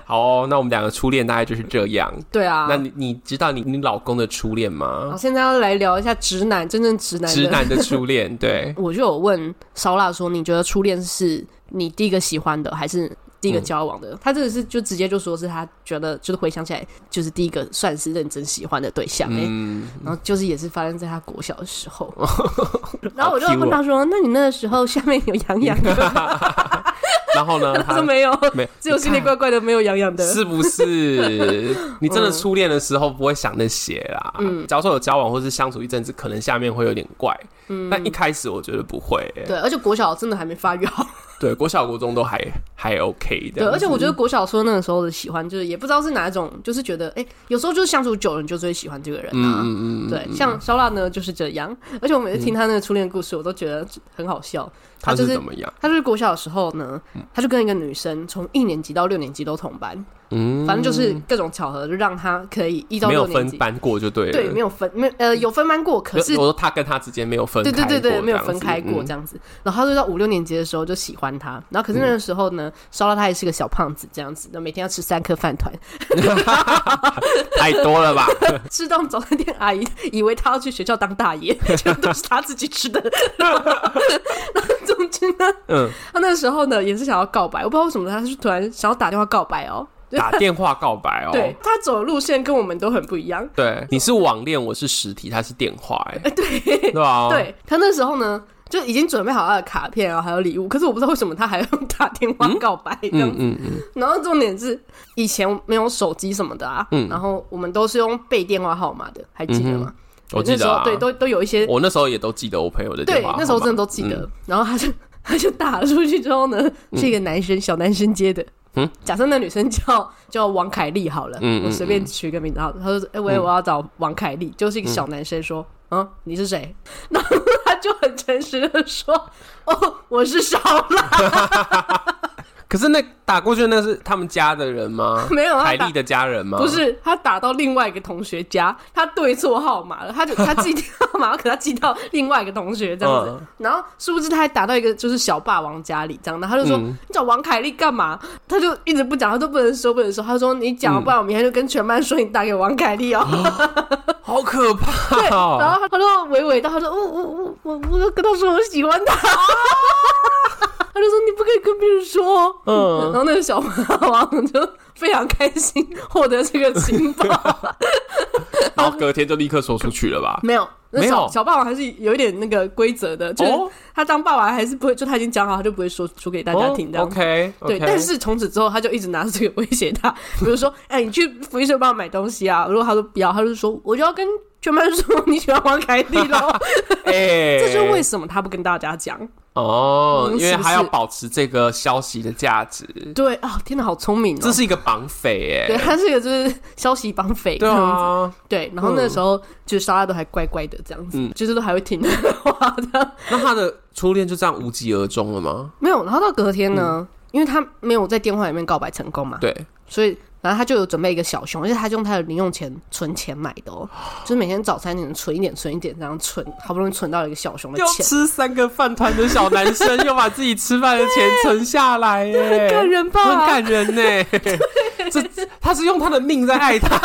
好哦，那我们两个初恋大概就是这样。对啊，哦那你你知道你你老公的初恋好，吗？现在要来聊一下直男，真正直男的。直男的初恋， 对，我就有问烧腊说，你觉得初恋是你第一个喜欢的，还是第一个交往的？嗯他这个是就直接就说是他觉得，就是回想起来，就是第一个算是认真喜欢的对象、欸。嗯，然后就是也是发生在他国小的 时候，然好后我就问他说：“那你那个时候下面有痒痒的吗然后？”呢？ 他他说：“没 有，没，只有心里怪怪的，没有痒痒的。”是不 是？你真的初恋的时候不会想那些啦。嗯，假如说有交往或是相处一阵子，可能下面会有点怪。嗯，但一开始我觉得不会、欸。对，而且国小真的还没发育好。对，国小国中都还还 OK 的。对，而且啊我觉得得国小说那个时候的喜欢，就是也不知道是哪一种，就是觉得哎、有时候就是相处久了，你就是会喜欢这个人嗯啊。嗯嗯，嗯对，像烧腊呢就是这样，而且我每次听他那个初恋故事，我都觉得很好笑。他就是怎么样？他就是国小的时候呢，他就跟一个女生从一年级到六年级都同班，嗯，反正就是各种巧合，就让他可以一到没六有年分级，班过就对了。对，没有分，没呃有分班过，可我是我说他跟他之间没有分开对过这对样子，嗯对对，没有分开过这样子。然后他就到五六年级的时候就喜欢他，然后可是那嗯个时候呢，烧到他也是个小胖子这样子，那每天要吃三颗饭团，嗯太多了吧？吃到早餐店阿姨以为他要去学校当大爷， 全都是他自己吃的。那总之呢， 嗯，他那时候呢也是想要告白，我不知道为什么他是突然想要打电话告白哦。打电话告白哦。对他走的路线跟我们都很不一样，对，你是网恋，我是实体，他是电话、哎，对，对吧？， 对他那时候呢，就已经准备好他的卡片啊，还有礼物。可是我不知道为什么他还要用打电话告白这嗯样子。嗯嗯，然后重点是以前没有手机什么的啊，嗯然后我们都是用背电话号码的，还记得吗？我记那时得候啊，对，都都有一些，我那时候也都记得我朋友的对电话，，嗯那时候真的的都记得。然后他就 他就打了出去之后呢，是一个男生，小男生接的。嗯，假设那女生叫叫王凯丽好了，嗯嗯嗯我随便取个名字好了。他就说：“哎、喂，我要找王凯丽。就是一个小男生说：“嗯，你是谁？” 然后他就很诚实的说：“哦，我是烧腊。可是那打过去的那是他们家的人吗 ？没有啊凯打莉的家人吗？不，是，他打到另外一个同学家，他对错号码了，他就他记号码，可他记到另外一个同学这样子。嗯然后殊不知他还打到一个就是小霸王家里这样，然后他就说、嗯你找王凯丽干嘛？他就一直不讲，他都不能说不能说，他说你讲，不然我明天就跟全班说你打给王凯丽哦。好可怕然哦！后他就娓娓道，他说我我我我我就跟他说我喜欢他，他就说你不可以跟别人说哦。嗯然后那个小霸王就非常开心获得这个情报。然后隔天就立刻说出去了吧？没有，那没有小小霸王还是有一点那个规则的，就是哦他当爸爸还是不会，就他已经讲好，他就不会说出给大家听的。 o k 对，但是从此之后，他就一直拿着这个威胁他， 比如说，哎、你去福利社帮我买东西啊。如果他说不要，他就说我就要跟全班说 你喜欢王凯丽 喽。哎，这就是为什么他不跟大家讲。哦，嗯因为是不是他要保持这个消息的价值，对啊、天哪，好聪明哦！这是一个绑匪对，哎，他是一个就是消息绑匪这对样子。啊，对，然后那时候、就是莎拉都还乖乖的这样子，嗯就是都还会听他的话这样。那他的初恋就这样无疾而终了吗？没有，然后到隔天呢，因为他没有在电话里面告白成功嘛，嗯对，所以然后他就有准备一个小熊，而且他就用他的零用钱存钱买的哦，就是每天早餐只能存一点，存一点，然后存，好不容易存到了一个小熊的要钱，吃三个饭团的小男生， 又把自己吃饭的钱存下来，哎，啊感人吧？很感人 呢。这他是用他的命在爱他，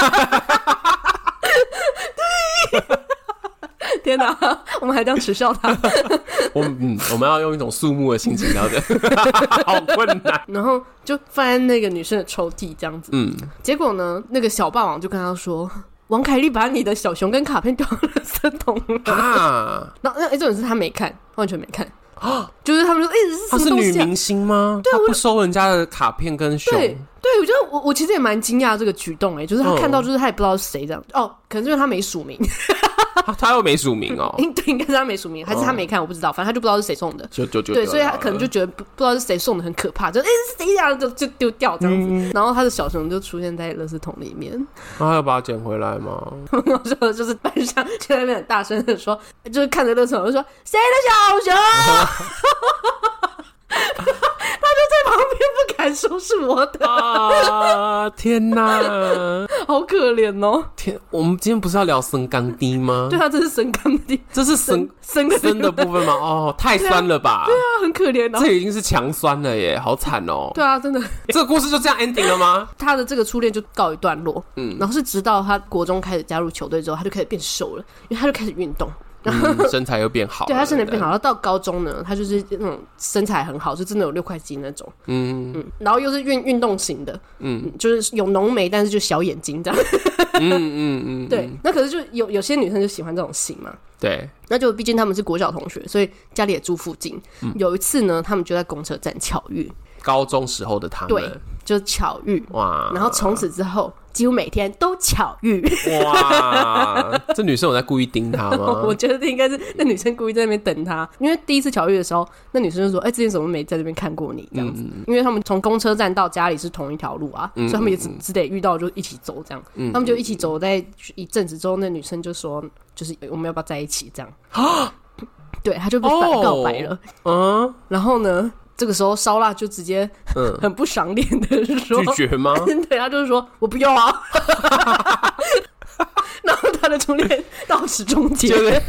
天哪， 我们还这样耻笑他。 我们嗯，我们要用一种肃穆的心情 聊的，好困难。然后就放在那个女生的抽屉这样子，嗯，结果呢，那个小霸王就跟他说。王凯丽把你的小熊跟卡片丢了三桶了， 啊， 然后那哎，重点是他没看，完全没看，就是他们就哎、这是她什么是东西、女啊？明星吗？她不收人家的卡片跟熊，对对，我觉得我我其实也蛮惊讶这个举动哎、就是他嗯看到就是他也不知道是谁这样、哦，可能是因为他没署名，她啊她又没署名哦，应 对应该是他没署名，还是他没看我不知道，反正他就不知道是谁送的。就就就对，得所以他了可能就觉得不不知道是谁送的很可怕，就哎、是谁呀就就丢掉这样子、嗯然后他的小熊就出现在垃圾桶里面， 那她要把它捡回来吗？然后就就是班上就在那边很大声的说，就是看着垃圾桶就说谁的小熊， 他就在旁边不敢说是我的，啊！天哪！好可怜哦。天，我们今天不是要聊生钢滴吗？对，啊，这是神干的地这是生生的地生的方部分吗？哦，太酸了吧！对啊，啊，很可怜的、这已经是强酸了耶，好惨哦！对啊，真的，这个故事就这样 ending 了吗？他的这个初恋就告一段落。嗯，然后是直到他国中开始加入球队之后，他就开始变瘦了，因为他就开始运动。嗯，身材又变好了，对他身材变好，对然后到高中呢，他就是那种身材很好，就真的有六块肌那种。不对，嗯嗯，然后又是运运动型的，嗯，就是有浓眉，但是就小眼睛这样。嗯嗯嗯，对，那可是就有有些女生就喜欢这种型嘛。对，那就毕竟他们是国小同学，所以家里也住附近。嗯有一次呢，他们就在公车站巧遇，高中时候的他对们，，就巧遇。哇，然后从此之后，几乎每天都巧遇。哇，这女生有在故意盯他 我吗？觉得应该是那女生故意在那边等他，因为第一次巧遇的时候，那女生就说：“哎、之前怎么没在这边看过你？”这样子，嗯因为他们从公车站到家里是同一条路啊，所以他们也嗯只只得遇到就一起走这样。他们就一起走，在一阵子之后，那女生就说：“就是我们要不要在一起？”这样， 对，他就被反告白了。嗯然后呢，这个时候烧腊就直接嗯，很不赏脸的说：“拒绝吗？对，他就是说我不要啊。 然后他的初恋到此终结就。是，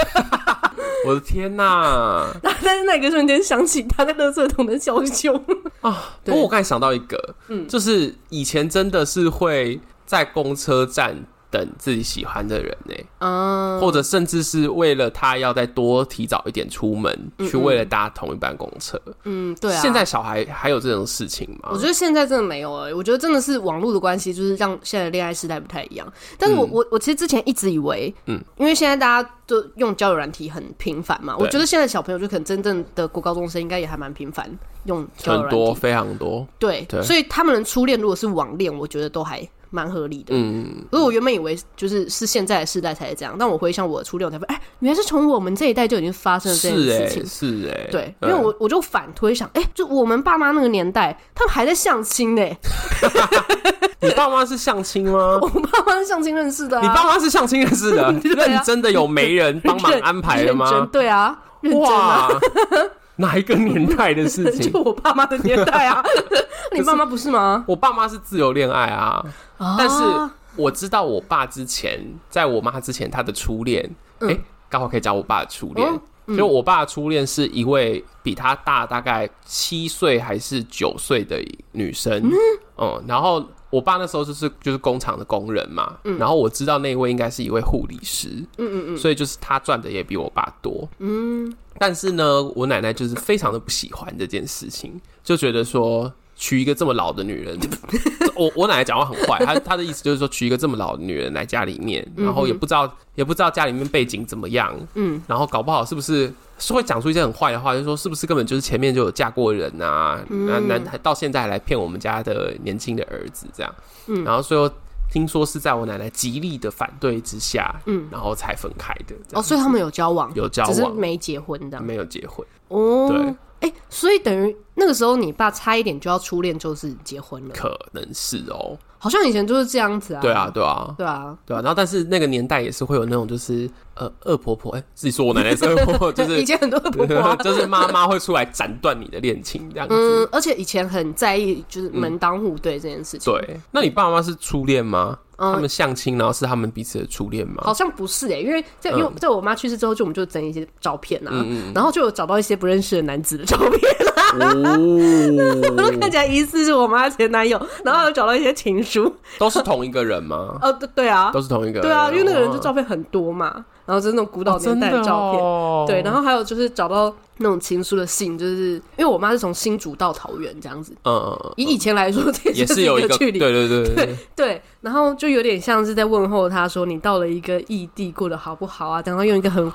我的天哪！然后但是那个瞬间想起他在垃圾桶的小熊，啊，不对过我刚才想到一个，嗯，就是以前真的是会在公车站等自己喜欢的人呢、啊，或者甚至是为了他要再多提早一点出门，去为了搭同一班公车。嗯，对啊。现在小孩还有这种事情吗？我觉得现在真的没有哎、我觉得真的是网络的关系，就是让现在的恋爱时代不太一样。但是我、我我其实之前一直以为，嗯嗯，因为现在大家都用交友软体很频繁嘛，对我觉得现在小朋友就可能真正的国高中生应该也还蛮频繁用交友很软体多，非常多。对，对所以他们的初恋如果是网恋，我觉得都还蛮合理的。嗯，所以我原本以为就是是现在的世代才是这样，但我回想我的初恋，我才发现，哎、原来是从我们这一代就已经发生了这件是哎、事情。是哎、对，因为我我就反推想，哎、就我们爸妈那个年代，他们还在相亲呢、 你爸妈是相亲吗？我爸妈是相亲认识的、啊，你爸妈是相亲认识的， 对啊认真的有媒人帮忙认安排的 认真吗？对啊，认真啊，哇，哪一个年代的事情 就？我爸妈的年代 啊，你爸妈不是吗？我爸妈是自由恋爱啊，但是啊我知道我爸之前，在我妈之前，他的初恋，诶，刚好可以讲我爸的初恋。哦就我爸的初恋是一位比他大大概七岁还是九岁的女生，嗯然后我爸那时候就是就是工厂的工人嘛，然后我知道那位应该是一位护理师，嗯嗯嗯，所以就是他赚的也比我爸多，嗯，但是呢，我奶奶就是非常的不喜欢这件事情，就觉得说娶一个这么老的女人， 我我奶奶讲话很坏，她她的意思就是说娶一个这么老的女人来家里面，然后也不知道也不知道家里面背景怎么样，嗯，然后搞不好是不是是会讲出一些很坏的话，就说是不是根本就是前面就有嫁过人啊，那那还到现在还来骗我们家的年轻的儿子这样，嗯，然后最后听说是在我奶奶极力的反对之下，嗯，然后才分开的，这哦，样所以他们有交往，有交只是往没结婚这样。没有结婚，哦，对。哎、所以等于那个时候，你爸差一点就要初恋，就是结婚了。可能是哦，好像以前就是这样子啊。对啊，，对啊，对啊，对啊，然后但是那个年代也是会有那种就是呃恶婆婆，哎、自己说我奶奶是恶 婆婆，就以是。前很多的婆婆啊 就是妈妈会出来斩断你的恋情这样子。嗯，而且以前很在意就是门当户对这件事嗯情。，对，那你爸妈是初恋吗？嗯他们相亲，然后是他们彼此的初恋吗好？像不是哎、因为在因为在我妈去世之后，就我们就整一些照片啊，嗯然后就有找到一些不认识的男子的照片，看哦，起来疑似是我妈前男友，然后有找到一些情书。都是同一个人 吗？哦，对对啊嗯都，是同一个人。对啊，因为那个人就哇照片很多嘛，然后就是那种古哦老年真代的照片。哦对，然后还有就是找到那种情书的信，就是因为我妈是从新竹到桃园这样子，嗯嗯，嗯以以前来说，这也就是有一个个对距离，对对对，对，然后就有点像是在问候她说你到了一个异地过得好不好啊，然后用一个很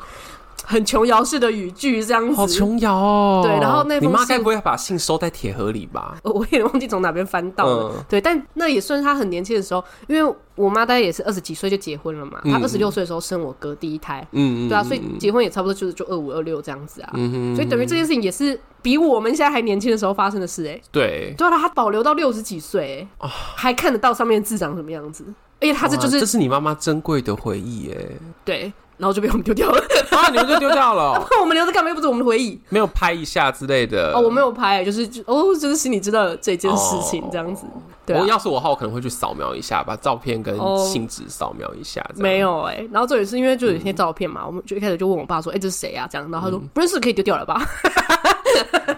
很琼瑶式的语句这样子。好琼瑶哦。对然后那封你妈信该不会把信收在铁盒里吧？ 呃我也忘记从哪边翻到了。嗯对，但那也算是他很年轻的时候，因为我妈大概也是二十几岁就结婚了嘛，她嗯二十六岁的时候生我哥第一胎，嗯，嗯对啊，所以嗯结婚也差不多就是就二五二六这样子啊，嗯哼所以等于这件事情也是比我们现在还年轻的时候发生的事哎、对，对啊，他保留到六十几岁、欸，还看得到上面的字长什么样子，而且他这就啊哇是这是你妈妈珍贵的回忆耶。对，然后就被我们丢掉了， 啊，你们就丢掉了哦， 我们留着干嘛？又不是我们的回忆。没有拍一下之类的。哦，我没有拍、就是就哦，就是心里知道了这件事情哦这样子，对、啊我，要是我的话，我可能会去扫描一下，把照片跟哦信纸扫描一下。这样没，有哎、然后这也是因为就有一些照片嘛，我们就一开始就问我爸说，哎、这是谁啊？这样，然嗯后他说、不认识，可以丢掉了吧？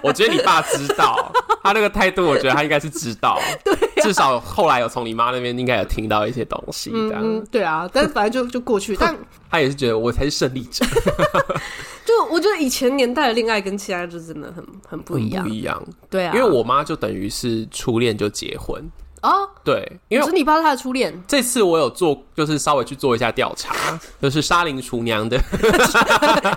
我觉得你爸知道，他那个态度，我觉得他应该是知 道。啊对、至少后来有从你妈那边应该有听到一些东西，这样、嗯，对啊，但反正就就 过去，但他也是觉得我才是胜利者，就我觉得以前年代的恋爱跟现在就真的很很不一样很不，一样。对啊，因为我妈就等于是初恋就结婚，哦，对，因可为是你爸是他的初恋，这次我有做，就是稍微去做一下调查，就是沙林厨娘的，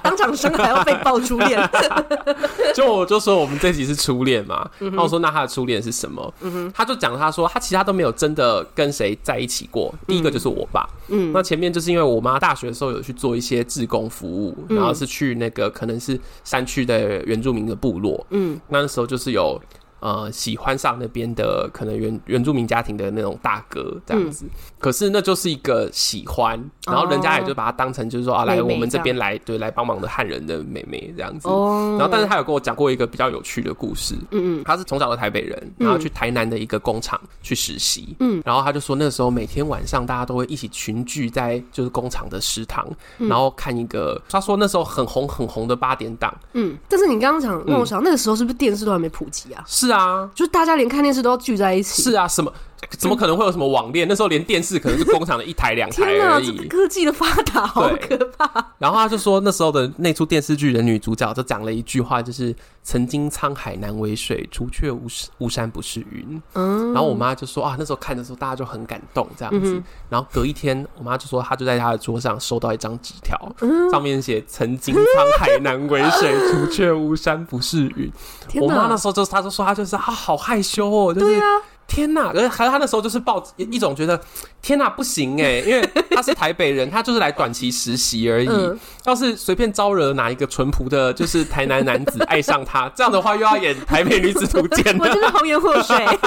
当场生还要被爆初恋， 就我就说我们这集是初恋嘛，然后我说那他的初恋是什么？他就讲他说他其实他都没有真的跟谁在一起过，第一个就是我爸，嗯，那前面就是因为我妈大学的时候有去做一些志工服务，然后是去那个可能是山区的原住民的部落，嗯，那时候就是有。呃，喜欢上那边的可能原原住民家庭的那种大哥这样子，可是那就是一个喜欢，然后人家也就把他当成就是说、啊，来妹妹我们这边来对来帮忙的汉人的妹妹这样子，哦然后，但是他有跟我讲过一个比较有趣的故事。嗯嗯，他是从小的台北人，然后去台南的一个工厂去实习。嗯，然后他就说那时候每天晚上大家都会一起群聚在就是工厂的食堂，嗯然后看一个他说那时候很红很红的八点档。嗯，但是你刚刚讲嗯让我想，那个时候是不是电视都还没普及啊？是啊，就是大家连看电视都要聚在一起，是啊，什么怎么可能会有什么网恋？那时候连电视可能是工厂的一台两台 天而这个已。科技的发达好可对怕。然后他就说那时候的那出电视剧的女主角就讲了一句话，就是曾经沧海难为水，除却巫师巫山不是云。嗯，然后我妈就说啊，那时候看的时候大家就很感动这样子。然后隔一天，我妈就说她就在她的桌上收到一张纸条，嗯上面写“曾经沧海难为水， 除却巫山不是云”。天我妈哪那，时候就是，她就说她就是啊，好害羞哦，就是对啊， 天呐！而且还有她那时候就是抱一种觉得天呐不行哎，因为她是台北人，她就是来短期实习而已。嗯要是随便招惹哪一个淳朴的，就是台南男 子爱上她，这样的话又要演《台北女子图鉴》了。我真的红颜祸 水，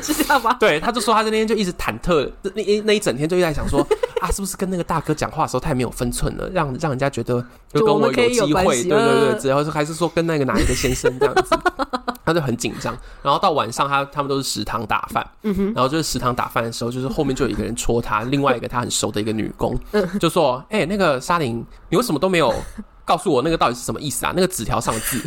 是这样吧？对，他就说他在那天就一直忐忑，那那那一整天就一直在 想说啊，是不是跟那个大哥讲话的时候太没有分寸了，让让人家觉得就就跟我们可有以有机关会，系对对对，嗯只要是还是说跟那个哪一个先生这样子， 他就很紧张。然后到晚上他他们都是食堂打饭，嗯然后就是食堂打饭的时候，就是后面就有一个人戳他，另外一个他很熟的一个女 工嗯就说：“哎、那个沙林，你为什么都没有告诉我那个到底是什么意思啊？那个纸条上的字。”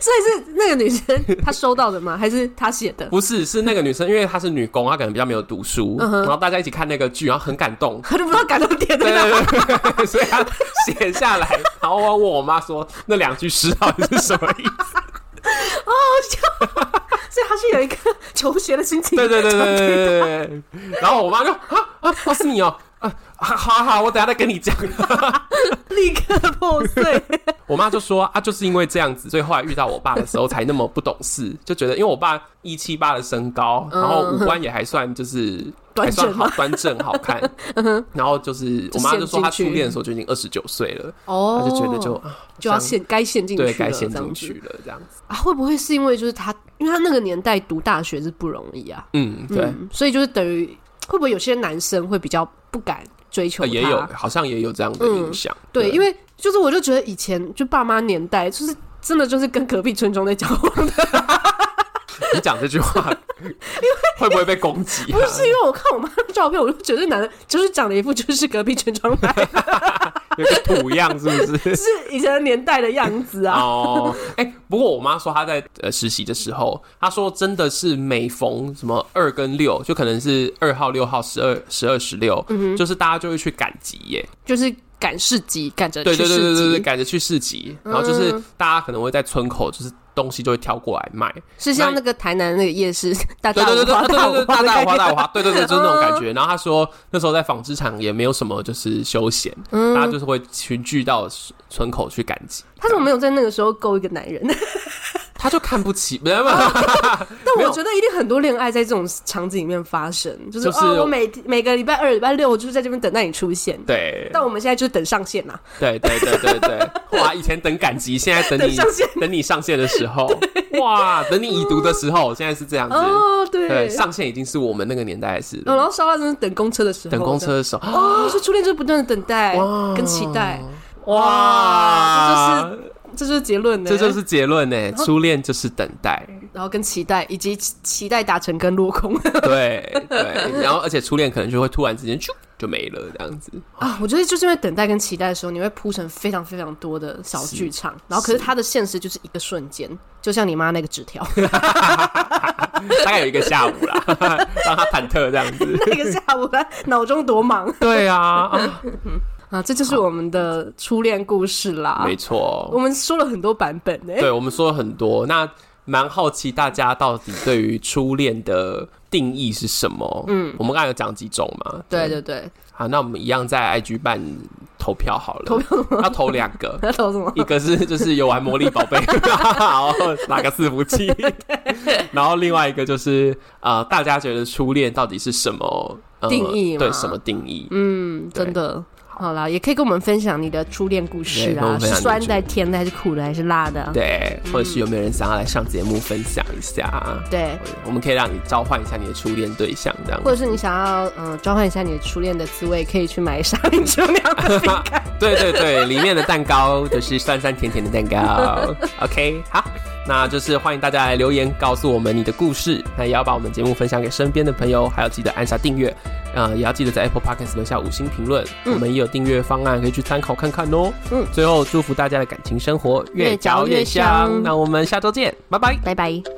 所以是那个女生她收到的吗？还是她写的？，不是，是那个女生，因为她是女工，她可能比较没有读书，然后大家一起看那个剧，然后很感动我都不知道感动点在对啊哪。对对，对所以她写下来，然后我问我妈说那两句诗到底是什么意思？所以她是有一个求学的心情。对对对对对对对对对，然后我妈就啊啊，哦是你哦。啊，好好好，我等一下再跟你讲。立刻破碎。我妈就说啊，就是因为这样子，所以后来遇到我爸的时候才那么不懂事，就觉得因为我爸一七八的身高，然后五官也还算就是端还正算好吗端正好看，然后就是我妈就说她初恋的时候就已经二十九岁了，哦她就觉得就啊就要好像陷，该陷进去了，对该陷这样进子去了这样子，啊？会不会是因为就是她，因为她那个年代读大学是不容易啊？嗯，对，嗯，所以就是等于会不会有些男生会比较不敢追求呃他？嗯也有好像也有这样的影响，对，因为为就是我就觉得以前就爸妈年代，就是真的就是跟隔壁村庄在交往 的，你讲这句 话会不会被攻击啊不？是因为我看我妈的照片，我就觉得那男的就是长得一副就是隔壁村庄 来，有个土样是不是？是以前的年代的样子啊。 哦，哎、不过我妈说她在呃实习的时候，她说真的是每逢什么二跟六，就可能是二号、六号、十二、十二、十六，嗯就是大家就会去赶集耶。就是赶市集，赶着对去市集。嗯对对对对对，赶着去市集，然后就是大家可能会在村口就是。东西就会跳过来卖。是像那个台南那个夜市大对大对对五对花对对对，大大五五花花的大五花，嗯对对对，就是那种感觉。然后他说那时候在纺织厂也没有什么就是休闲，大家就是会群聚到村口去赶集。他怎么没有在那个时候勾一个男人？ 他就看不起，没有没有，没但我有觉得一定很多恋爱在这种场景里面发生，就是、就是哦，我每每个礼拜二、礼拜六我就是在这边等待你出现。对但我们现在就是等上线啊啦，对对对对对，哇！以前等赶集，现在等等你上线等你上线的时候，哇！等你已读的时候，现在是这样子。哦，嗯对，对，嗯上线已经是我们那个年代的事哦了。然后烧腊真是等公车的时候，等公车的时候，哦，是初恋就是不断的等待哇跟期待，哇，这就是结论呢。这就是结论呢。初恋就是等待，然后跟期待以及期期待达成跟 落空对对，然后而且初恋可能就会突然之间咻就没了这样子。啊，我觉得就是因为等待跟期待的时候，你会铺成非常非常多的小剧场，然后可是它的现实就是一个瞬间，就像你妈那个 纸条，大概有一个下午啦， 让他忐忑这样子。那个下午她脑中多忙对啊，啊啊，这就是我们的初恋故事啦。 没错我。们说了很多版本呢、对，我们说了很多，那蛮好奇大家到底对于初恋的定义是什么？嗯，我们刚才有讲几种嘛？对对对，。好，那我们一样在 IG 办投票好了，投票要投两个那都什 么？一个是就是有玩魔力宝贝， 然后拿个伺服器，然后另外一个就是呃，大家觉得初恋到底是什么、呃定义吗对，什么定义？嗯，对真的。好啦，也可以跟我们分享你的初恋故事对跟我啊，们分是享你的酸初的、甜的，还是苦的，还是辣的？对，或者是有没有人想要来上节目分享一下？对，我们可以让你召唤一下你的初恋对象，这样子或者是你想要嗯、呃召唤一下你的初恋的滋味，可以去买 沙冰酒酿的饼干。 对对对，里面的蛋糕就是酸酸甜甜的蛋 糕。OK，好，那就是欢迎大家来留言告诉我们你的故事，那也要把我们节目分享给身边的朋友，还要记得按下订阅，呃，也要记得在 Apple Podcast 留下五星评论，我们也有订阅方案可以去参考看看哦。嗯嗯，最后祝福大家的感情生活越嚼越香那我们下周见，拜拜。拜拜。